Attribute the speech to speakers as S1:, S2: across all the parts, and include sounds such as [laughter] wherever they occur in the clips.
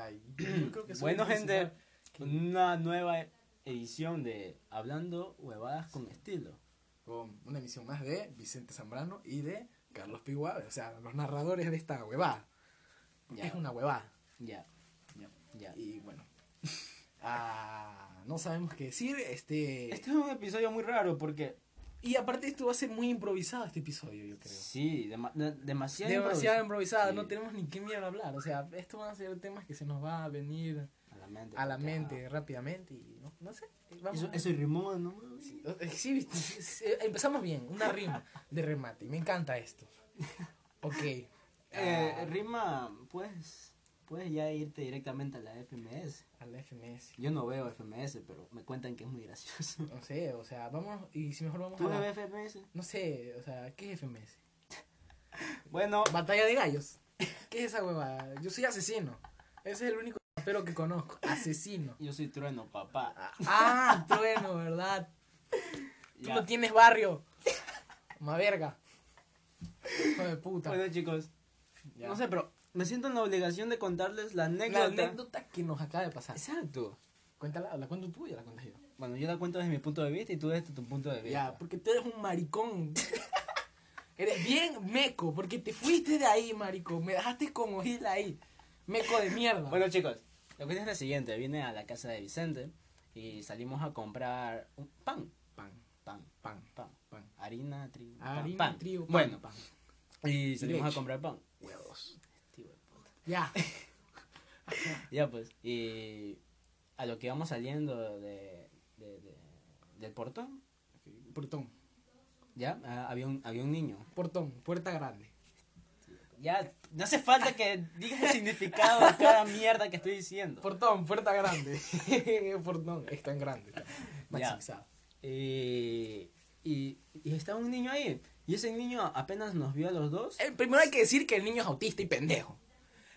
S1: Ay, [clears throat] yo creo que soy
S2: Bueno, gente,
S1: emocional.
S2: una nueva edición de Hablando Huevadas con Estilo.
S1: Con una emisión más de Vicente Zambrano y de Carlos Piguave, o sea, los narradores de esta huevada.
S2: Ya.
S1: Es una huevada.
S2: Ya, ya.
S1: Y bueno. [laughs] Ah, no sabemos qué decir. Este...
S2: Este es un episodio muy raro porque
S1: Y aparte esto va a ser muy improvisado este episodio, yo creo.
S2: sí, dema- de- demasiado,
S1: Demasiado
S2: improvis-
S1: improvisado,
S2: Sí.
S1: no tenemos ni qué mierda hablar. O sea, esto van a ser temas que se nos va a venir
S2: a la mente.
S1: a la
S2: puta.
S1: mente rápidamente y no, no sé. Vamos
S2: Eso,
S1: a-
S2: eso rimó, ¿no?
S1: Sí, eh, sí, viste, sí, sí, eh, empezamos bien, una rima de remate. y Me encanta esto.
S2: [laughs]
S1: Ok.
S2: Eh,
S1: ah,
S2: rima, pues, puedes ya irte directamente a la FMS.
S1: a la FMS.
S2: Yo no veo FMS, pero me cuentan que es muy gracioso.
S1: [laughs] No sé, o sea, vamos. Y si mejor vamos
S2: ¿Tú
S1: a. la-
S2: ves FMS?
S1: No sé, o sea, ¿qué es FMS?
S2: Bueno,
S1: Batalla de gallos. ¿Qué es esa huevada? Yo soy asesino. Ese es el único rapero que conozco. Asesino.
S2: yo soy trueno, papá.
S1: Ah, trueno, ¿verdad? Tú
S2: Ya.
S1: no tienes barrio. Más verga. Hijo de puta.
S2: Bueno, chicos,
S1: Ya.
S2: Pues, no sé, pero me siento en la obligación de contarles la
S1: La
S2: anécdota.
S1: anécdota que nos acaba de pasar.
S2: Exacto.
S1: Cuéntala, la cuento tú y la cuentas yo.
S2: Bueno, yo la cuento desde mi punto de vista y tú desde tu punto de vista.
S1: Ya, porque tú eres un maricón. eres bien meco, porque te fuiste de ahí, marico. Me dejaste con ojila ahí. Meco de mierda.
S2: Bueno, chicos, la cuestión es la siguiente. Vine a la casa de Vicente y salimos a comprar un pan.
S1: pan,
S2: Pan,
S1: pan,
S2: pan,
S1: pan.
S2: harina, trigo, pan,
S1: Harina,
S2: pan.
S1: trigo, pan,
S2: bueno,
S1: pan.
S2: y salimos a
S1: leche.
S2: comprar pan.
S1: Huevos.
S2: Tío de puta.
S1: Ya.
S2: Ya, pues, y a lo que íbamos saliendo de, de- de- del portón,
S1: Portón,
S2: ya, ah, había un, había un niño.
S1: portón, puerta grande.
S2: Ya, no hace falta que digas el significado de cada mierda que estoy diciendo.
S1: Portón, puerta grande. [laughs] portón, es tan grande. está Maximizado.
S2: Eh, y, y estaba un niño ahí. Y ese niño apenas nos vio a los dos.
S1: Eh, primero hay que decir que el niño es autista y pendejo.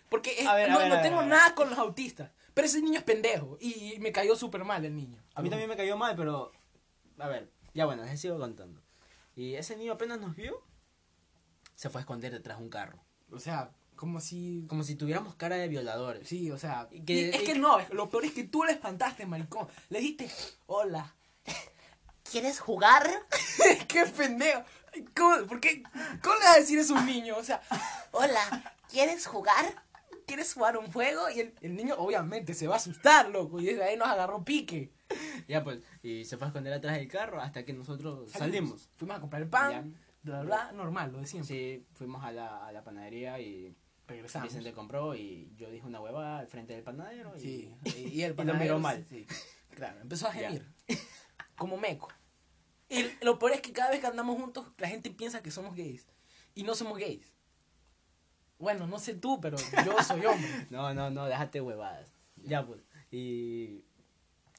S1: Porque es-
S2: A ver, a
S1: no,
S2: ver,
S1: no
S2: a ver,
S1: tengo
S2: a ver.
S1: nada con los autistas. Pero ese niño es pendejo. Y me cayó súper mal el niño.
S2: A mí también me cayó mal, pero. A ver, ya bueno, les sigo contando. Y ese niño apenas nos vio, se fue a esconder detrás de un carro.
S1: O sea, como si.
S2: Como si tuviéramos cara de violadores.
S1: Sí, o sea.
S2: Y que-
S1: y es que no, es- lo peor es que tú le espantaste, maricón. Le dijiste, hola. [laughs]
S2: ¿Quieres jugar?
S1: ¡Qué pendejo! Ay, ¿Cómo, ¿Por qué? ¿Cómo le vas a decir es un niño? O sea, hola, ¿quieres jugar? ¿Quieres jugar un juego? Y el, el niño obviamente se va a asustar, loco. Y desde ahí nos agarró pique.
S2: Ya pues, y se fue a esconder detrás del carro hasta que nosotros salimos.
S1: Fuimos a comprar el pan, bla, bla, bla, normal, lo de siempre.
S2: Sí, fuimos a la, a la panadería y
S1: Regresamos.
S2: Vicente compró y yo dije una hueva al frente del panadero [laughs] y,
S1: Sí, y, [laughs] y el
S2: lo miró mal.
S1: sí, sí. Claro, empezó
S2: [laughs]
S1: a gemir. Como meco. Y lo peor es que cada vez que andamos juntos, la gente piensa que somos gays. Y no somos gays. Bueno, no sé tú, pero yo soy
S2: [laughs]
S1: hombre.
S2: No, no, no, déjate huevadas. Ya, pues. Y,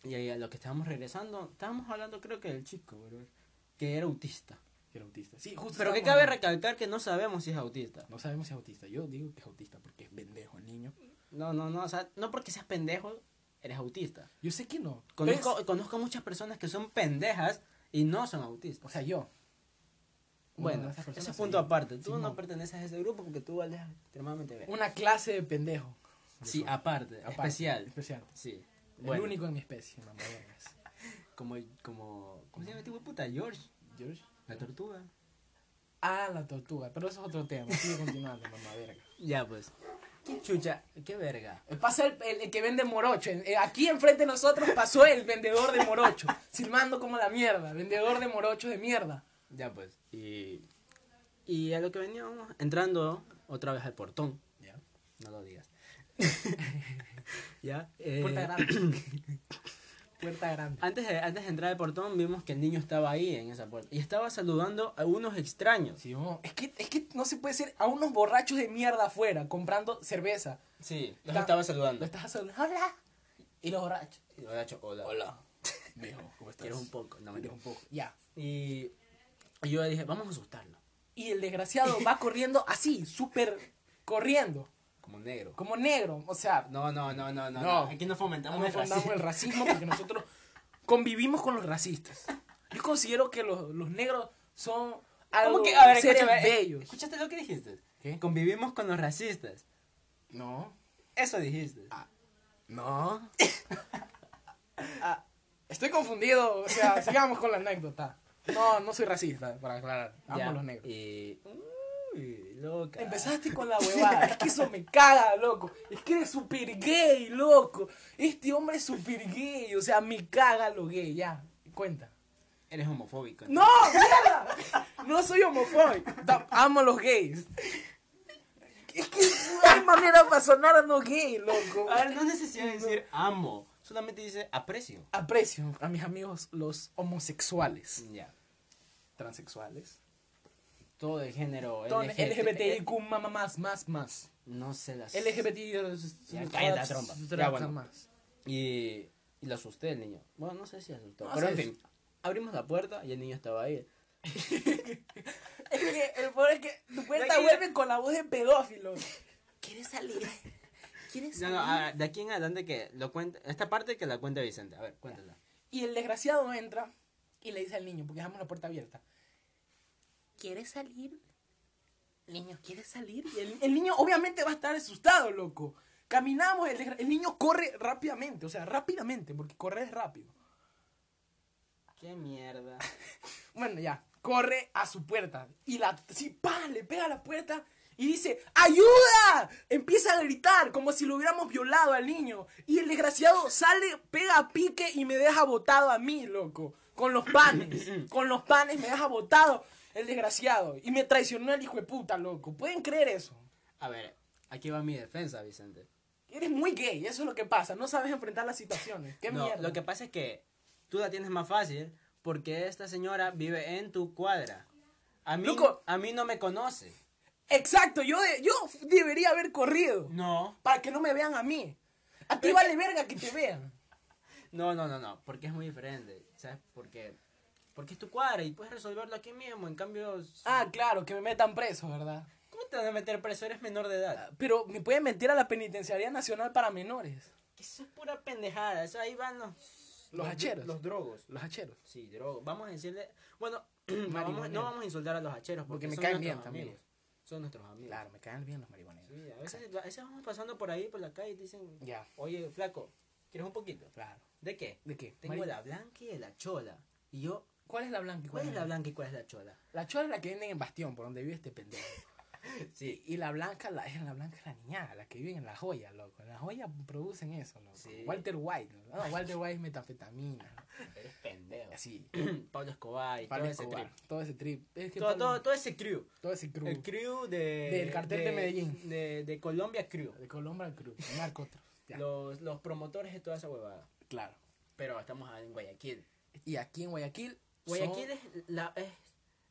S2: y ahí a lo que estábamos regresando, estábamos hablando creo que del chico, bro, que era autista.
S1: Era autista. Sí, justo.
S2: Pero que
S1: estábamos
S2: cabe
S1: hablando.
S2: recalcar que no sabemos si es autista.
S1: No sabemos si es autista. Yo digo que es autista porque es pendejo el niño.
S2: No, no, no, o sea, no porque seas pendejo, eres autista.
S1: Yo sé que no.
S2: Conozco,
S1: pero es-
S2: conozco muchas personas que son pendejas y no son autistas.
S1: o sea, yo. Una
S2: Bueno,
S1: de esas
S2: ese
S1: personas
S2: es punto
S1: soy yo.
S2: aparte. Tú
S1: Simón.
S2: no perteneces a ese grupo porque tú vales extremadamente bien.
S1: Una clase de pendejo.
S2: Sí,
S1: Yo soy.
S2: aparte,
S1: Aparte,
S2: especial.
S1: Especial.
S2: Sí.
S1: El
S2: Bueno,
S1: único en mi especie, mamá. vergas.
S2: como, como, ¿cómo se llama este hijo de puta? George,
S1: George.
S2: la tortuga.
S1: Ah, la tortuga, pero eso es otro tema. Sigue continuando, mamá verga. Eh,
S2: Ya pues. ¿Qué chucha? ¿Qué verga?
S1: Pasa el, el- el que vende morocho. en- eh, Aquí enfrente de nosotros pasó el vendedor de morocho. Silbando como la mierda. Vendedor de morocho de mierda.
S2: Ya pues. Y, y a lo que veníamos, entrando otra vez al portón. No lo digas. [laughs] ya. eh,
S1: Puerta grande. Puerta grande.
S2: Antes de, antes de entrar al portón vimos que el niño estaba ahí en esa puerta y estaba saludando a unos extraños.
S1: Sí, no, es, que, es que no se puede ser a unos borrachos de mierda afuera comprando cerveza.
S2: Sí,
S1: Está- Lo
S2: saludando.
S1: estás haciendo. Hola. Y los borrachos.
S2: Y le ha hecho, hola. Pues.
S1: Mijo, ¿cómo estás?
S2: Quiero un poco, no me
S1: Quiero un poco. Ya.
S2: Y, y yo dije, vamos a asustarlo.
S1: Y el desgraciado va corriendo así, súper corriendo.
S2: Como negro.
S1: Como negro. O sea,
S2: No, no, no, no, no,
S1: No.
S2: no. Aquí no fomentamos
S1: no
S2: el racismo.
S1: fundamos el racismo porque nosotros convivimos con los racistas. Yo considero que los, los negros son algo
S2: ¿Cómo que? A ver,
S1: seres
S2: escúchame, eh,
S1: bellos.
S2: ¿Escuchaste lo que dijiste?
S1: ¿Qué?
S2: Convivimos con los racistas.
S1: No.
S2: Eso dijiste.
S1: Ah, No. Ah, estoy confundido. O sea, [laughs] sigamos con la anécdota. No, no soy racista, para aclarar. Amo
S2: Ya,
S1: a los negros.
S2: Y... Uy, loca.
S1: Empezaste con la huevada. [laughs] Es que eso me caga, loco. Es que eres super gay, loco. Este hombre es super gay. O sea, me caga lo gay. Ya, cuenta.
S2: Eres homofóbico.
S1: ¡No! ¡Mierda! No soy homofóbico. Ta- Amo a los gays. Es que no hay manera para sonar a no gay, loco.
S2: A ver, no necesito decir amo. Solamente dice aprecio.
S1: Aprecio a mis amigos los homosexuales.
S2: Ya.
S1: Transexuales.
S2: Todo el género
S1: Ton-
S2: LGT.
S1: LGBTIQ mamá más, más, más.
S2: No sé las.
S1: LGBTI.
S2: Ya, cállate la trompa. Ya,
S1: trans-
S2: bueno.
S1: más.
S2: Y, y lo asusté el niño. Bueno, no sé si asustó.
S1: No
S2: pero
S1: sé.
S2: en fin, abrimos la puerta y el niño estaba ahí.
S1: Es que el pobre es que tu
S2: Ya
S1: cuenta
S2: que-
S1: vuelve con la voz de pedófilo. ¿Quieres salir? ¿Quieres
S2: No,
S1: salir?
S2: no, a- de aquí en adelante que lo cuenta. Esta parte que la cuenta Vicente. A ver, cuéntala.
S1: Y el desgraciado entra y le dice al niño, porque dejamos la puerta abierta, ¿quieres salir? Niño, ¿quieres salir? Y el, el niño obviamente va a estar asustado, loco. Caminamos, el, desgra- el niño corre rápidamente, o sea, rápidamente, porque correr es rápido.
S2: Qué mierda.
S1: Bueno, ya, corre a su puerta y la, sí, pa, le pega a la puerta y dice, ¡ayuda! Empieza a gritar como si lo hubiéramos violado al niño. Y el desgraciado sale, pega a pique y me deja botado a mí, loco. Con los
S2: [clears throat]
S1: panes, con los panes me deja botado el desgraciado. Y me traicionó el hijo de puta, loco. ¿Pueden creer eso?
S2: A ver, aquí va mi defensa, Vicente.
S1: Eres muy gay, eso es lo que pasa. No sabes enfrentar las situaciones. ¿Qué
S2: No,
S1: mierda?
S2: Lo que pasa es que tú la tienes más fácil porque esta señora vive en tu cuadra. A mí,
S1: Loco.
S2: a mí no me conoce.
S1: Exacto, yo, de- yo debería haber corrido
S2: No.
S1: para que no me vean a mí. A ti vale verga que te vean.
S2: No, no, no, no, porque es muy diferente, ¿sabes? Porque, porque es tu cuadra y puedes resolverlo aquí mismo, en cambio... s-
S1: Ah, claro, que me metan preso, ¿verdad?
S2: ¿Cómo te van a meter preso? Eres menor de edad.
S1: Pero me pueden meter a la Penitenciaría Nacional para Menores.
S2: Que eso es pura pendejada, eso ahí van los...
S1: Los hacheros.
S2: Los drogos.
S1: Los hacheros.
S2: Sí, drogos. Vamos a decirle... Bueno, [clears throat] no vamos, no
S1: Marihuaneros.
S2: vamos a insultar a los hacheros porque,
S1: Porque me
S2: son
S1: caen
S2: nuestros
S1: bien también.
S2: amigos. Son nuestros amigos.
S1: Claro, me caen bien los marihuaneros.
S2: Sí, a veces, a veces vamos pasando por ahí, por la calle y te dicen...
S1: Ya.
S2: Oye, flaco, ¿quieres un poquito?
S1: Claro.
S2: ¿De qué?
S1: ¿De qué?
S2: Tengo
S1: Mari-
S2: la blanca y la chola. Y yo...
S1: ¿Cuál es la blanca? y
S2: ¿Cuál es la
S1: no?
S2: blanca y cuál es la
S1: [laughs]
S2: chola?
S1: La chola es la que venden en Bastión, por donde vive este [laughs] pendejo.
S2: Sí,
S1: Y la blanca la, es la blanca es la niñada, la que vive en la joya, loco. En la joya producen eso, loco.
S2: Sí.
S1: Walter White. ¿no? No, Walter White es metanfetamina.
S2: Eres pendejo.
S1: Así.
S2: Mm, Pablo Escobar y
S1: Pablo
S2: todo
S1: Escobar,
S2: ese trip.
S1: Todo ese trip. Es que
S2: Todo,
S1: Pablo-
S2: todo, todo ese crew.
S1: todo ese crew.
S2: El crew de...
S1: Del cartel de Medellín.
S2: De, de Colombia crew.
S1: De Colombia el crew. Narcotro. Ya,
S2: Los, los promotores de toda esa huevada.
S1: Claro.
S2: Pero estamos en Guayaquil.
S1: Y aquí en Guayaquil.
S2: Guayaquil
S1: son-
S2: es, la, es,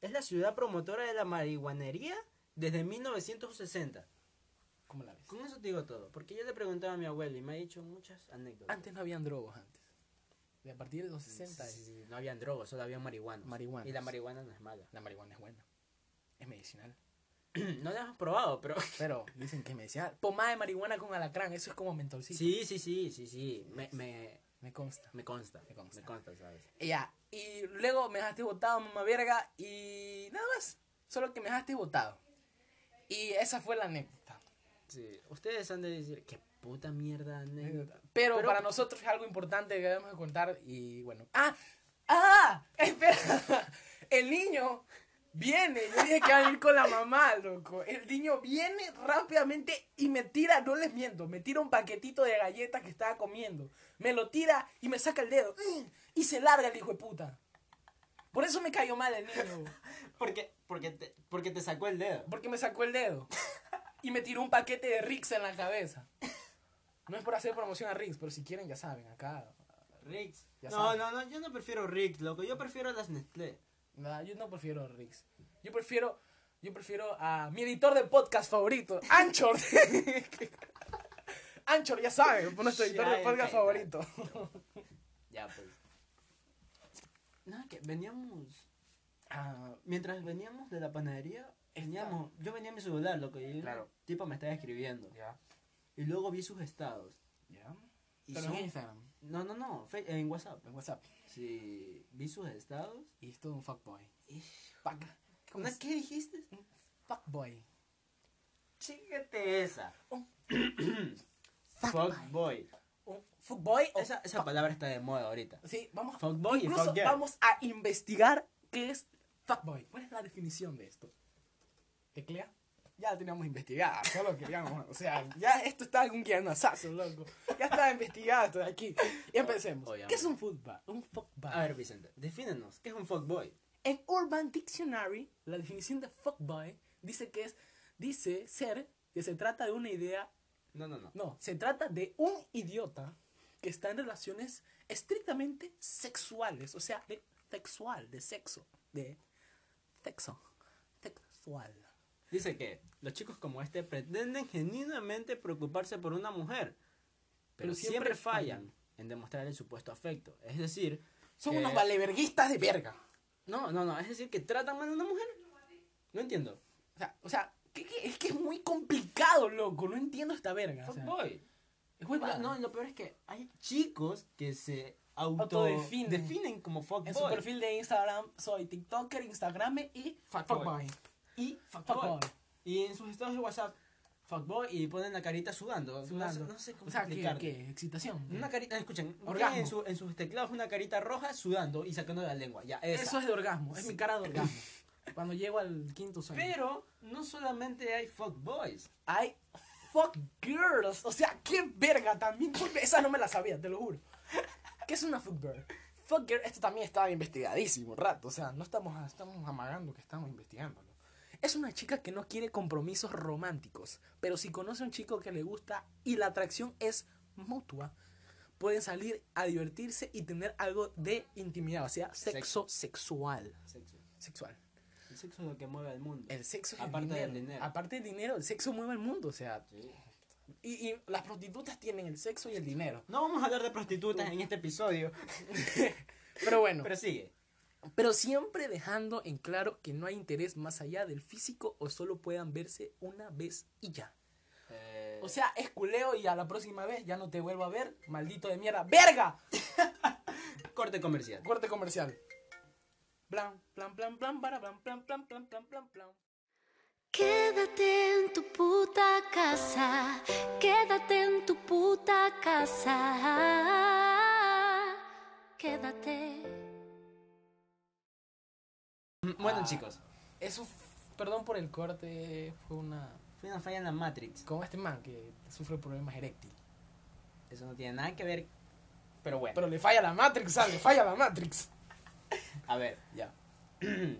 S2: es la ciudad promotora de la marihuanería desde 1960.
S1: ¿Cómo la ves?
S2: Con eso te digo todo. Porque yo le preguntaba a mi abuelo y me ha dicho muchas anécdotas.
S1: Antes no habían drogas antes. Y a partir de los
S2: Sí,
S1: 60
S2: sí, sí, no habían drogas, solo habían marihuanos.
S1: Marihuanos.
S2: Y la marihuana no es mala. [clears throat]
S1: la marihuana es buena. Es medicinal.
S2: no la hemos probado,
S1: [laughs]
S2: pero...
S1: Pero dicen que es medicinal. Pomada de marihuana con alacrán, eso es como mentolcito.
S2: Sí, sí, sí, sí, sí. Me, me,
S1: Me consta.
S2: me consta.
S1: Me
S2: Me
S1: consta.
S2: consta, ¿sabes?
S1: Y Ya. Y luego me dejaste botado, mamá verga. Y nada más. Solo que me dejaste botado. Y esa fue la anécdota.
S2: Sí. Ustedes han de decir, qué puta mierda anécdota.
S1: Pero,
S2: Pero-
S1: para nosotros es algo importante que debemos de contar y bueno. ¡Ah! ¡Ah! [laughs] Espera. El niño viene. Yo dije que va a venir con la mamá, loco. El niño viene rápidamente y me tira, no les miento, me tira un paquetito de galletas que estaba comiendo. Me lo tira y me saca el dedo. ¡Mm! Y se larga el hijo de puta. Por eso me cayó mal el niño.
S2: Porque, porque, te, porque te sacó el dedo.
S1: Porque me sacó el dedo. Y me tiró un paquete de Rix en la cabeza. No es por hacer promoción a Rix, pero si quieren ya saben, acá
S2: Rix.
S1: Ya
S2: No,
S1: sabes.
S2: no, no, yo no prefiero Rix, loco. Yo prefiero las Nestlé.
S1: Nah, yo no prefiero Rix. Yo prefiero, yo prefiero a mi editor de podcast favorito, Anchor. [laughs] Anchor, ya saben, pues, nuestro editor de
S2: Ya,
S1: podcast
S2: ya, ya.
S1: favorito.
S2: Ya, pues. Nada, que veníamos...
S1: Ah,
S2: Mientras veníamos de la panadería, veníamos... Yo venía a mi celular, loco. Y
S1: Claro.
S2: el tipo me estaba escribiendo.
S1: ya,
S2: Y luego vi sus estados.
S1: ya.
S2: Y
S1: Pero
S2: son-
S1: en Instagram,
S2: No, no, no. fe- En WhatsApp.
S1: en WhatsApp.
S2: Sí, vi sus estados.
S1: Y es todo un fuckboy.
S2: Y...
S1: Paca. ¿Cómo es?
S2: ¿Qué dijiste?
S1: Fuckboy.
S2: Chígate esa.
S1: Un
S2: Fuckboy.
S1: fuckboy o
S2: Esa, esa palabra está de moda ahorita.
S1: Sí, vamos
S2: Fuckboy y
S1: incluso
S2: fuckgirl.
S1: vamos a investigar qué es fuckboy. ¿Cuál es la definición de esto? ¿Teclea? Ya la teníamos investigada, solo queríamos, o sea, ya esto está en un guianazazo, loco. Ya estaba investigado esto de aquí. Y empecemos.
S2: Obviamente.
S1: ¿Qué es un fuckboy? Un fuckboy.
S2: A ver, Vicente, defínenos, ¿qué es un fuckboy?
S1: En Urban Dictionary, la definición de fuckboy dice que es, dice ser que se trata de una idea
S2: No, no, no.
S1: no, se trata de un idiota que está en relaciones estrictamente sexuales, o sea, de sexual, de sexo, de sexo, sexual.
S2: Dice que los chicos como este pretenden genuinamente preocuparse por una mujer, pero,
S1: Pero
S2: siempre,
S1: siempre
S2: fallan en demostrar el supuesto afecto. Es decir,
S1: Son
S2: que-
S1: unos valeverguistas de verga.
S2: No, no, no, es decir, que tratan mal a una mujer. No entiendo.
S1: O sea, o sea que- que- es que es muy complicado, loco, no entiendo esta verga. o sea,
S2: Fuckboy.
S1: es
S2: Bueno,
S1: huevada.
S2: no, y lo peor es que hay chicos que se auto
S1: Autodefinen.
S2: definen como
S1: en
S2: fuckboy.
S1: su perfil de Instagram soy TikToker, Instagram y
S2: Fuckboy.
S1: Y
S2: Fuckboy.
S1: fuckboy.
S2: Y en sus estados de WhatsApp, fuckboy, y ponen la carita sudando. No
S1: Sudando.
S2: sé, no sé cómo
S1: o sea, ¿qué,
S2: explicarlo.
S1: qué? Excitación.
S2: Una carita, ah, escuchen, ponen
S1: Orgasmo.
S2: en, su- en sus teclados una carita roja sudando y sacando la lengua. Ya, esa.
S1: Eso es de orgasmo, es mi cara de
S2: [laughs]
S1: orgasmo. Cuando llego al quinto sueño.
S2: Pero no solamente hay fuckboys.
S1: hay fuck girls. O sea, qué verga también. porque Esa no me la sabía, te lo juro. ¿Qué es una fuck girl? Fuck girl, esto también estaba investigadísimo un rato. O sea, no estamos, estamos amagando que estamos investigándolo. Es una chica que no quiere compromisos románticos. Pero si conoce a un chico que le gusta y la atracción es mutua, pueden salir a divertirse y tener algo de intimidad. O sea, sexo,
S2: Sexo.
S1: sexual.
S2: Sexo.
S1: Sexual.
S2: El sexo es lo que mueve al mundo.
S1: El sexo es
S2: Aparte
S1: el
S2: del
S1: dinero.
S2: dinero.
S1: Aparte del dinero, el sexo mueve el mundo. O sea,
S2: Sí.
S1: y, y las prostitutas tienen el sexo y el dinero.
S2: No vamos a hablar de prostitutas en este episodio,
S1: Pero bueno, pero,
S2: pero sigue.
S1: siempre dejando en claro que no hay interés más allá del físico o solo puedan verse una vez y ya.
S2: Eh,
S1: O sea, es culeo y a la próxima vez ya no te vuelvo a ver, maldito de mierda. ¡Verga!
S2: corte comercial.
S1: Corte comercial. Plan, plan, plan, plan, para, plan, plan, plan, plan, plan, plan, plan.
S3: Quédate en tu puta casa, quédate en tu puta casa, quédate.
S2: Bueno,
S1: Ah.
S2: chicos,
S1: Eso, f- perdón por el corte, fue una...
S2: fue una falla en la Matrix.
S1: Como este man que sufre problemas eréctiles.
S2: Eso no tiene nada que ver. Pero bueno,
S1: Pero le falla la Matrix, ¿sabes? Le falla la Matrix.
S2: a ver.
S1: Ya.
S2: [clears throat]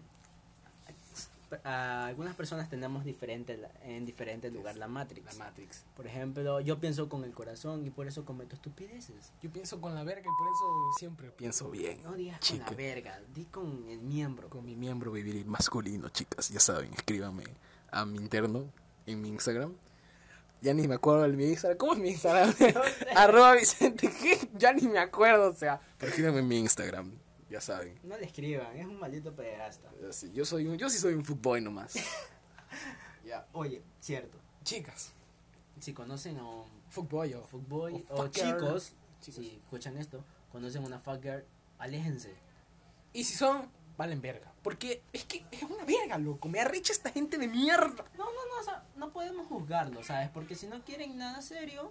S2: a algunas personas tenemos diferente la- en diferente lugar la Matrix.
S1: La Matrix.
S2: por ejemplo, yo pienso con el corazón y por eso cometo estupideces.
S1: Yo pienso con la verga y por eso siempre pienso bien.
S2: No digas
S1: Chica.
S2: con la verga, di con el miembro.
S1: Con mi miembro viril masculino, chicas, ya saben, escríbanme a mi interno en mi Instagram. Ya ni me acuerdo de mi Instagram. ¿Cómo es mi
S2: [laughs]
S1: Instagram? Arroba Vicente G. Ya ni me acuerdo, o sea. Pero escríbanme en mi Instagram, ya saben.
S2: No le escriban, es un maldito pedasta.
S1: Así, Yo, soy un, yo sí soy un
S2: [laughs]
S1: footboy nomás. ya.
S2: Oye, cierto.
S1: Chicas,
S2: Si conocen a un
S1: footboy o
S2: fuckboy
S1: O
S2: o,
S1: fuck girl.
S2: chicos,
S1: Chicos.
S2: si escuchan esto, conocen a una fuck girl, aléjense.
S1: Y si son, valen verga. Porque es que es una verga, loco. Me arrecha esta gente de mierda.
S2: No, no, no, o sea, no podemos juzgarlo, ¿sabes? Porque si no quieren nada serio,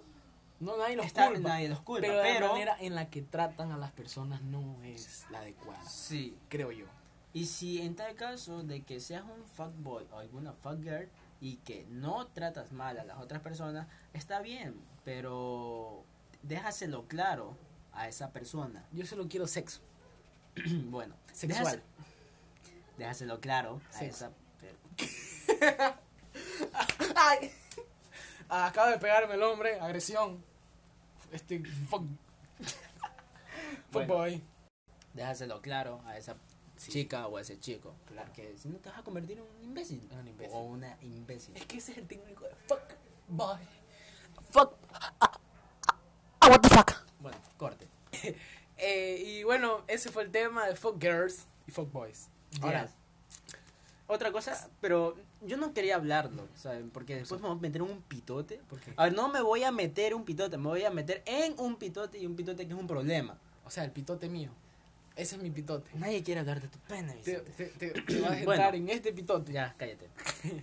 S1: No, nadie los
S2: está,
S1: culpa.
S2: nadie los culpa.
S1: pero
S2: Pero,
S1: la manera en la que tratan a las personas no es la adecuada.
S2: sí.
S1: Creo yo.
S2: Y si en tal caso de que seas un fuckboy o alguna fuckgirl y que no tratas mal a las otras personas, está bien, pero déjaselo claro a esa persona. [clears throat]
S1: Yo solo quiero sexo.
S2: bueno,
S1: Sexual.
S2: déjase- déjaselo claro a
S1: Sexo.
S2: esa per-
S1: [laughs] ¡Ay! Ah, Acaba de pegarme el hombre. Agresión. Este. [laughs] Fuck. Fuckboy.
S2: déjaselo claro a esa chica o a ese chico, porque si no te vas a convertir en un imbécil,
S1: En un imbécil.
S2: o una imbécil.
S1: Es que ese es el técnico de fuckboy. Fuck. ah, ah, ah, what the fuck.
S2: Bueno, corte.
S1: [laughs] Eh, y bueno, ese fue el tema de fuck girls y fuck boys. Ahora,
S2: Yes. Otra cosa, pero yo no quería hablarlo, ¿saben? Porque después me voy a meter un pitote.
S1: ¿Por qué?
S2: A ver, no me voy a meter un pitote, me voy a meter en un pitote y un pitote que es un problema.
S1: o sea, el pitote mío. Ese es mi pitote.
S2: Nadie quiere hablar de tu pene,
S1: Te,
S2: Vicente.
S1: te- te-
S2: [clears throat]
S1: te vas a
S2: Bueno.
S1: entrar en este pitote.
S2: Ya, cállate.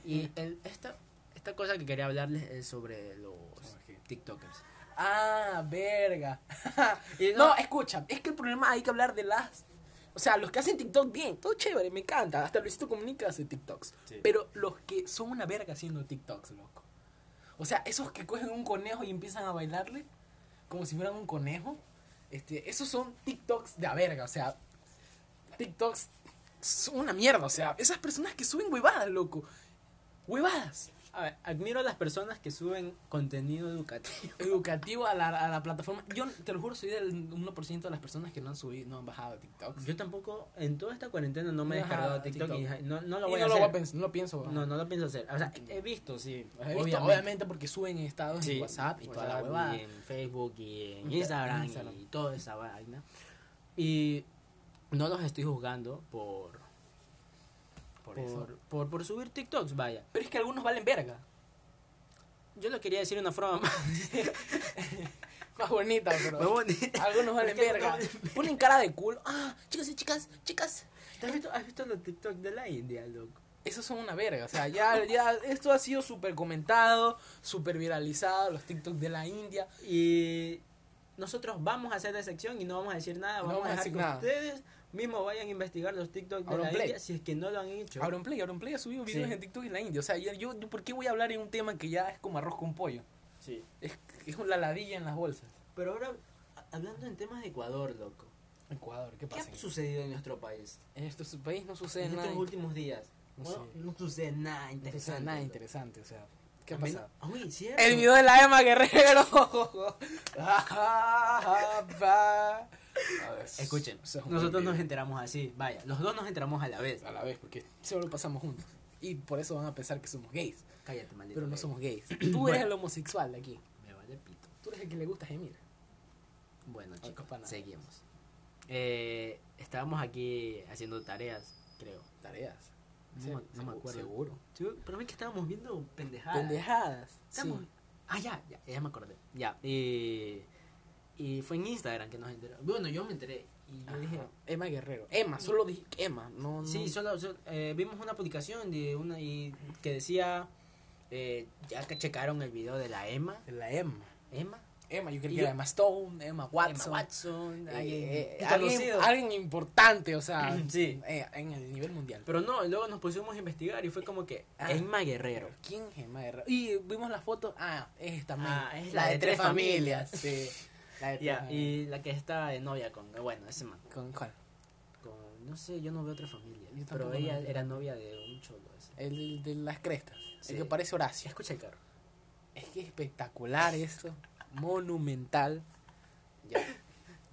S2: Y el- esta, esta cosa que quería hablarles es sobre los
S1: ¿Sobre qué?
S2: TikTokers.
S1: Ah, verga.
S2: [laughs] Y
S1: no,
S2: no-
S1: escucha, es que el problema hay que hablar de las. O sea, los que hacen TikTok bien, todo chévere, me encanta. Hasta Luisito Comunica hace TikToks.
S2: Sí.
S1: Pero los que son una verga haciendo TikToks, loco. O sea, esos que cogen un conejo y empiezan a bailarle como si fueran un conejo. Este, esos son TikToks de a verga, o sea, TikToks son una mierda, o sea, esas personas que suben huevadas, loco. Huevadas.
S2: A ver, admiro a las personas que suben contenido educativo.
S1: educativo a la, a la plataforma. Yo te lo juro, soy del 1% de las personas que no han subido, no han bajado TikTok.
S2: [laughs] Yo tampoco, en toda esta cuarentena no me he
S1: Ajá,
S2: descargado TikTok,
S1: TikTok.
S2: y no, no
S1: Y
S2: lo voy
S1: no
S2: a
S1: lo
S2: hacer.
S1: voy a pens- no lo pienso.
S2: no, no lo pienso hacer. O sea, he visto, sí.
S1: He visto, obviamente. porque suben en estados
S2: Sí,
S1: en WhatsApp y toda la
S2: WhatsApp
S1: huevada.
S2: Y en Facebook y en
S1: Insta-
S2: Instagram,
S1: Instagram.
S2: y toda esa vaina. Y no los estoy juzgando por por, por, por subir TikToks, vaya.
S1: Pero es que algunos valen verga.
S2: Yo lo quería decir de una forma
S1: [laughs]
S2: más,
S1: Más bonita,
S2: más
S1: pero.
S2: bonita.
S1: algunos valen
S2: Es que
S1: [laughs] verga. Ponen cara de culo. Ah, [laughs] chicos y chicas, chicas.
S2: ¿Has visto, ¿Has visto los TikTok de la India, loco?
S1: Esos son una verga. O sea, ya, ya esto ha sido súper comentado, súper viralizado. Los TikTok de la India.
S2: Y nosotros vamos a hacer la sección y no vamos a decir nada.
S1: No
S2: Vamos, a
S1: vamos
S2: dejar
S1: a decir
S2: que
S1: nada.
S2: ustedes mismos vayan a investigar los TikTok de
S1: Ahora
S2: la
S1: un play.
S2: India si es que no lo han hecho.
S1: Auronplay, Auronplay ha subido videos
S2: Ah. Sí.
S1: en TikTok en la India. O sea, ya- yo, yo, ¿por qué voy a hablar en un tema que ya es como arroz con pollo?
S2: Sí.
S1: Es, es la ladilla en las bolsas.
S2: Pero ahora, a- hablando en temas de Ecuador, loco.
S1: Ecuador, ¿qué
S2: ¿Qué
S1: pasa?
S2: ha sucedido en nuestro país?
S1: en este su- país no sucede
S2: en
S1: nada.
S2: estos
S1: in-
S2: últimos días.
S1: No
S2: Bueno,
S1: sé.
S2: no sucede nada
S1: no
S2: interesante.
S1: sucede nada
S2: loco.
S1: interesante, o sea. ¿Qué
S2: A
S1: ha
S2: menos-
S1: pasado?
S2: Ah, uy, cierto.
S1: El video de la Emma Guerrero. [laughs] A ver,
S2: Escuchen,
S1: eso es un
S2: nosotros
S1: buen
S2: nos
S1: video.
S2: enteramos así. Vaya, los dos nos enteramos a la vez.
S1: A la vez, porque solo pasamos juntos. Y por eso van a pensar que somos gays.
S2: Cállate, maldito.
S1: Pero no
S2: gay. [clears throat]
S1: somos gays. Tú eres
S2: Bueno.
S1: el homosexual de aquí.
S2: Me vale pito.
S1: Tú eres el que le gusta gemir.
S2: Bueno, chicos,
S1: para nada.
S2: seguimos. Eh, estábamos aquí haciendo tareas, creo.
S1: Tareas.
S2: No
S1: Se-
S2: me- no me
S1: segu-
S2: acuerdo. Ah.
S1: Seguro.
S2: Yo- Pero es que estábamos viendo pendejadas.
S1: Pendejadas.
S2: Estamos-
S1: Sí.
S2: Ah, ya, ya, ya me acordé. Ya. Y, y fue en Instagram que nos enteramos. Bueno, yo me enteré. Y yo
S1: Ajá.
S2: dije.
S1: Emma Guerrero. Emma, solo dije que Emma. No, no.
S2: Sí, solo, solo, eh, vimos una publicación de una y que decía. eh, ya que checaron el video de la Emma.
S1: La Emma.
S2: Emma.
S1: Emma, yo creí
S2: Y
S1: que era
S2: yo-
S1: Emma Stone, Emma Watson.
S2: Emma Watson.
S1: eh,
S2: alguien
S1: eh, alguien,
S2: conocido. Ah,
S1: alguien importante, o sea,
S2: [clears throat] Sí.
S1: eh, en el nivel mundial.
S2: Pero no, luego nos pusimos a investigar y fue como que.
S1: Ah.
S2: Emma Guerrero.
S1: ¿Quién es Emma Guerrero? Y vimos la foto. Ah, es esta
S2: Ah,
S1: man.
S2: es la de tres
S1: Sí.
S2: [laughs]
S1: La de tres
S2: Ya,
S1: familias.
S2: y la que está de novia con, eh, bueno, ese man,
S1: ¿Con cuál?
S2: con, no sé, yo no veo otra familia,
S1: Yo tampoco
S2: pero
S1: no
S2: ella
S1: veo.
S2: era novia de un cholo ese.
S1: El de las crestas.
S2: Sí.
S1: El que parece Horacio.
S2: Escucha el carro.
S1: Es que es espectacular esto. Monumental. Ya.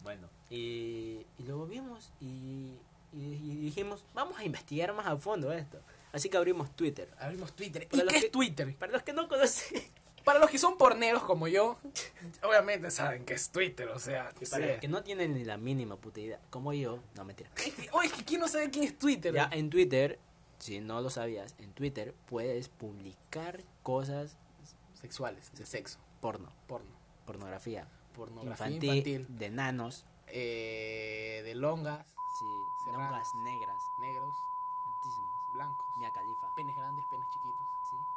S2: Bueno. Y, y luego vimos y, y- y dijimos, vamos a investigar más a fondo esto. Así que abrimos Twitter.
S1: Abrimos Twitter.
S2: Para
S1: ¿Y
S2: los
S1: qué
S2: que-
S1: es Twitter?
S2: Para los que no conocen,
S1: Para los que son porneros como yo, [laughs] obviamente saben que es Twitter, o sea. que
S2: para
S1: sea.
S2: los que no tienen ni la mínima puta idea, como yo, no mentira.
S1: Oye, es que ¿quién no sabe quién es Twitter?
S2: Ya en Twitter, si no lo sabías, en Twitter puedes publicar cosas
S1: Sexuales, de sexo,
S2: porno,
S1: porno,
S2: pornografía,
S1: pornografía
S2: infantil,
S1: infantil,
S2: de nanos,
S1: eh, de longas,
S2: sí,
S1: Cerradas.
S2: longas negras.
S1: negros,
S2: Altísimos.
S1: blancos,
S2: Mia Khalifa.
S1: penes grandes, penes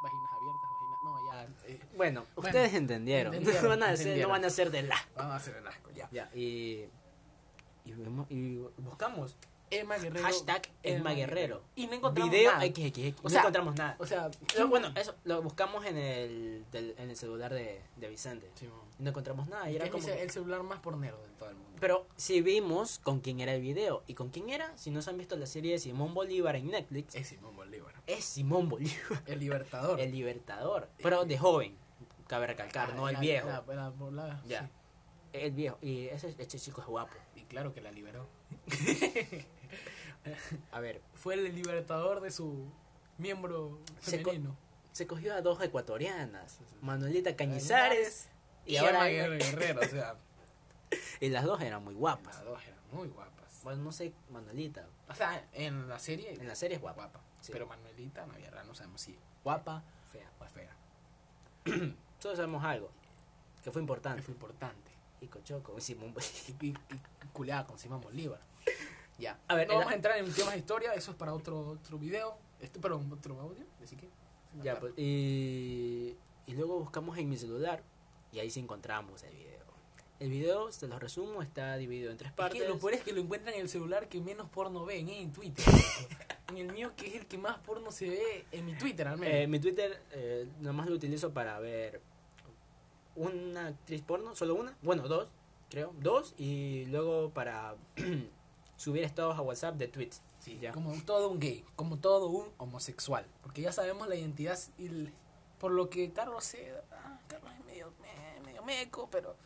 S1: chiquitos, vaginas abiertas, vaginas. No, ya. eh,
S2: Bueno, ustedes entendieron.
S1: entendieron,
S2: no, [laughs] van a ser, no
S1: entendieron.
S2: van a ser de la.
S1: vamos a hacer el asco, ya.
S2: Ya, y, y, vemos- y buscamos.
S1: Emma Guerrero.
S2: Hashtag Emma Guerrero.
S1: Y no encontramos
S2: Video
S1: nada.
S2: XXX.
S1: O
S2: no
S1: sea,
S2: encontramos nada.
S1: O sea,
S2: Pero bueno, eso lo buscamos en el, del- en el celular de, de Vicente.
S1: Sí, mo.
S2: Y no encontramos nada. Y
S1: Es
S2: era
S1: mi
S2: como
S1: ce-
S2: que-
S1: el celular más pornero de todo el mundo.
S2: Pero si vimos con quién era el video. ¿Y con quién era? Si no se han visto la serie de Simón Bolívar en Netflix,
S1: Es Simón Bolívar,
S2: es Simón Bolívar.
S1: el
S2: [laughs]
S1: libertador.
S2: El libertador. Pero de joven, cabe recalcar, no el
S1: Ah, La-
S2: viejo.
S1: la- la- la-
S2: Ya.
S1: sí.
S2: El viejo. Y ese, este chico es guapo.
S1: Y claro que la liberó.
S2: A ver,
S1: Fue el libertador de su miembro
S2: Se
S1: femenino.
S2: se cogió a dos ecuatorianas. Manuelita Cañizares.
S1: Y,
S2: Y
S1: ahora
S2: ahora
S1: Guerrero, Guerrero, o sea,
S2: [laughs] Y las dos eran muy
S1: las
S2: guapas.
S1: dos eran muy guapas.
S2: Bueno, no sé, Manuelita.
S1: O sea, en la serie
S2: En la serie es guapa.
S1: guapa,
S2: Sí.
S1: pero Manuelita no había no sabemos si guapa
S2: Fea.
S1: o es fea.
S2: Todos sabemos algo. Que fue
S1: Que
S2: importante.
S1: fue importante.
S2: Y Cochoco. y Simón [laughs] Bolívar.
S1: Y, y- y culeada con Simón Bolívar. Ya.
S2: A ver,
S1: no
S2: en
S1: vamos
S2: la-
S1: a entrar en temas de historia, eso es para otro otro video. Esto, perdón, otro audio, así que.
S2: Ya, pues, y, y luego buscamos en mi celular Y ahí sí encontramos el video. El video, se los resumo, está dividido en tres partes.
S1: Es que lo peor es que lo encuentran en el celular que menos porno ven, ¿eh?
S2: [laughs]
S1: en Twitter. en el mío, que es el que más porno se ve en mi Twitter, al menos.
S2: Eh, mi Twitter eh, nomás lo utilizo para ver una actriz porno, solo una, bueno, dos, creo, dos, y luego para [clears throat] subir estados a WhatsApp de tweets.
S1: Sí,
S2: ya.
S1: como todo un gay, como todo un homosexual. Porque ya sabemos la identidad y el- por lo que Carlos se... ah, Carlos es medio, me- medio meco, pero...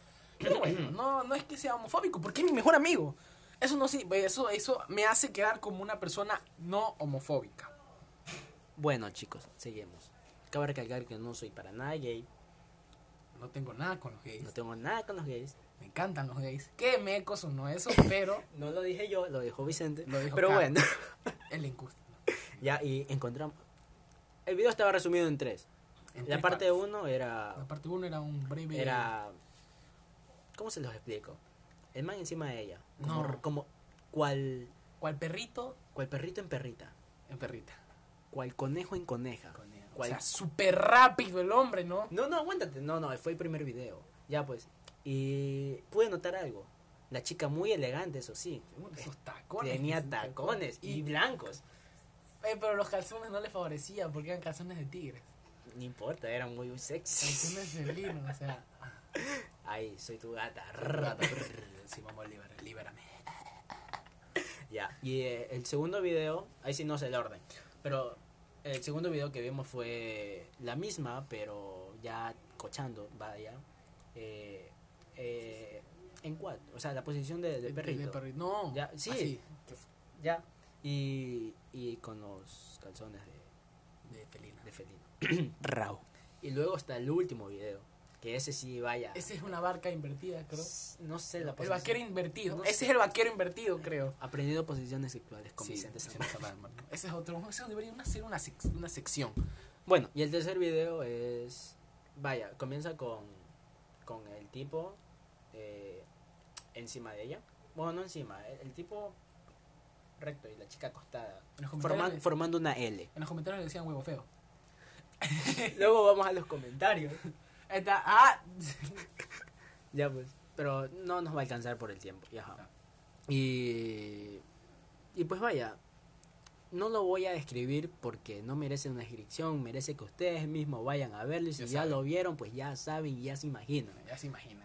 S2: [clears throat]
S1: pero bueno, no, no es que sea homofóbico, porque es mi mejor amigo. Eso no sí, pues, eso, eso me hace quedar como una persona no homofóbica.
S2: Bueno, chicos, seguimos. Cabe recalcar que no soy para nada gay,
S1: No tengo nada con los gays.
S2: no tengo nada con los gays.
S1: Me encantan los gays. Qué mecos son
S2: [laughs]
S1: no eso, pero
S2: No lo dije yo, lo dijo Vicente.
S1: Lo dijo
S2: pero
S1: Carlos.
S2: bueno, [laughs]
S1: el lengusta.
S2: ya, y encontramos. El video estaba resumido en tres.
S1: En
S2: la
S1: tres
S2: parte
S1: partes.
S2: uno era
S1: La parte 1 era un breve.
S2: era ¿cómo se los explico? El man encima de ella, como,
S1: No.
S2: como cual
S1: ¿Cuál perrito?
S2: cual perrito en perrita,
S1: En perrita.
S2: cual conejo en coneja,
S1: O
S2: cual-
S1: sea, súper rápido el hombre, ¿no?
S2: No, no, aguántate. No, no, fue el primer video. Ya pues. Y pude notar algo. La chica muy elegante, eso sí.
S1: Esos tacones.
S2: Tenía
S1: esos
S2: tacones y
S1: Y,
S2: blancos.
S1: eh, pero los calzones no le favorecían porque eran calzones
S2: [laughs]
S1: de tigres.
S2: No importa, era muy sexy.
S1: Calzones de lino, o sea.
S2: [laughs] Ay, soy tu gata.
S1: Simón Bolívar, libérame.
S2: Ya, y eh, el segundo video, ahí sí no sé el orden, pero el segundo video que vimos fue la misma, pero ya cochando, vaya, eh, eh, en cuatro, o sea, la posición de- del
S1: De- de-
S2: perrito,
S1: de perrito. No.
S2: Ya, sí.
S1: así,
S2: ya, y, y con los calzones de,
S1: de felina.
S2: de felino. Rao. Y luego está el último video, que ese sí, vaya,
S1: Esa es una barca invertida, creo.
S2: no sé la
S1: El
S2: posición.
S1: vaquero invertido.
S2: pues, No
S1: Ese
S2: sé.
S1: es el vaquero invertido, creo.
S2: Aprendiendo posiciones sexuales con
S1: Sí,
S2: Vicente
S1: Vicente
S2: Zambrano.
S1: Zambrano, hermano. Ese es otro. Ese debería una- ser una, sec- una sección.
S2: Bueno, y el tercer video es. Vaya, comienza con, con el tipo eh, encima de ella. Bueno, no encima, el, el tipo recto y la chica acostada.
S1: En los
S2: forman-
S1: comentarios,
S2: formando una [laughs] L.
S1: en los comentarios le decían huevo feo.
S2: Luego vamos a los comentarios.
S1: Ahí está. Ah,
S2: [laughs] ya pues. Pero no nos va a alcanzar por el tiempo. y ajá. Y. Y pues vaya. No lo voy a describir porque no merece una descripción, merece que ustedes mismos vayan a verlo y si
S1: Ya
S2: ya
S1: saben.
S2: lo vieron, pues ya saben y ya se imaginan.
S1: [laughs] ya se imaginan.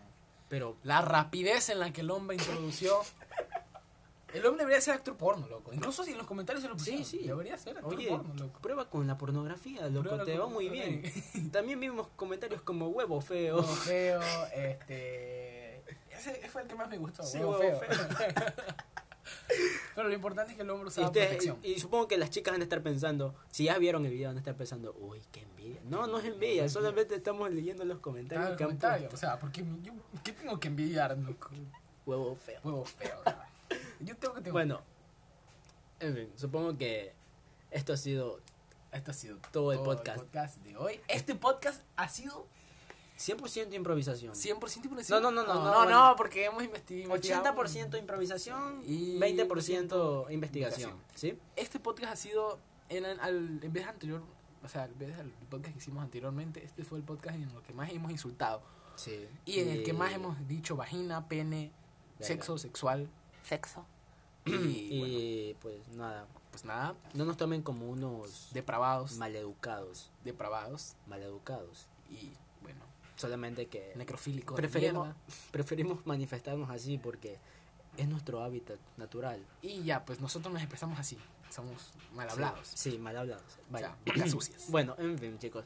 S2: Pero
S1: La rapidez en la que el hombre introdució. El hombre debería ser actor porno, loco. Incluso si en los comentarios se lo pusieron.
S2: sí.
S1: Debería ser actor
S2: Oye,
S1: porno, loco.
S2: prueba con la pornografía, loco,
S1: Prueba
S2: te
S1: con-
S2: va muy bien. [laughs] También vimos comentarios como huevo feo.
S1: Huevo feo,
S2: [laughs]
S1: este. Ese fue el que más me gustó.
S2: Sí,
S1: huevo,
S2: huevo
S1: feo. [laughs] Pero lo importante es que el hombre
S2: Y,
S1: usaba
S2: ustedes-
S1: protección.
S2: y- y supongo que las chicas van a estar pensando, si ya vieron el video, van a estar pensando, uy, qué envidia. No, no es envidia, solamente estamos leyendo los comentarios
S1: Estaba en
S2: que han
S1: comentario, O
S2: puesto.
S1: sea, porque yo, ¿qué tengo que envidiar, loco?
S2: Huevo feo.
S1: Huevo feo. bro. Yo tengo que tener.
S2: Bueno, en fin, supongo que esto ha sido
S1: esto ha sido
S2: todo el podcast.
S1: de hoy. Este podcast ha sido
S2: 100% improvisación.
S1: 100% improvisado.
S2: No, no, no, no,
S1: no,
S2: no, bueno.
S1: porque hemos investigado.
S2: 80% improvisación
S1: Y-
S2: y 20% investigación, ¿sí?
S1: Este podcast ha sido. En, el- al, en vez de anterior. O sea, en vez del podcast que hicimos anteriormente, este fue el podcast en el que más hemos insultado.
S2: Sí.
S1: Y en el que más hemos dicho vagina, pene,
S2: Verga.
S1: sexo, sexual. Sexo. Y, bueno,
S2: Y pues nada,
S1: pues nada,
S2: No nos tomen como unos
S1: depravados,
S2: maleducados,
S1: depravados
S2: maleducados.
S1: y bueno,
S2: Solamente que
S1: necrofílicos. de
S2: preferimos,
S1: mierda.
S2: [laughs] preferimos manifestarnos así porque es nuestro hábitat natural.
S1: Y ya, pues nosotros nos expresamos así. Somos mal hablados.
S2: Sí, sí, mal hablados. Vaya.
S1: O sea,
S2: [clears throat]
S1: bocas sucias.
S2: Bueno, en fin, chicos.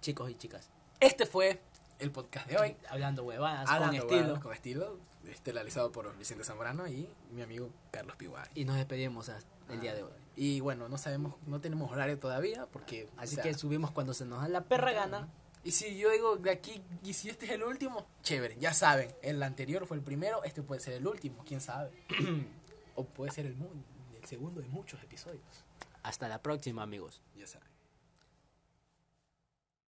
S2: Chicos y chicas.
S1: Este fue el podcast de hoy.
S2: Hablando huevadas,
S1: Hablando,
S2: con
S1: bueno,
S2: estilo.
S1: Con estilo. Estelarizado por Vicente Zambrano y mi amigo Carlos Piguay.
S2: Y nos despedimos hasta el día de hoy.
S1: Y bueno, no sabemos, no tenemos horario todavía porque...
S2: Así
S1: o sea,
S2: que subimos cuando se nos da la perra gana.
S1: Y si yo digo de aquí, y si este es el último, chévere, ya saben, el anterior fue el primero, este puede ser el último, quién sabe.
S2: [clears throat]
S1: o puede ser el, mu- el segundo de muchos episodios.
S2: Hasta la próxima, amigos.
S1: Ya saben.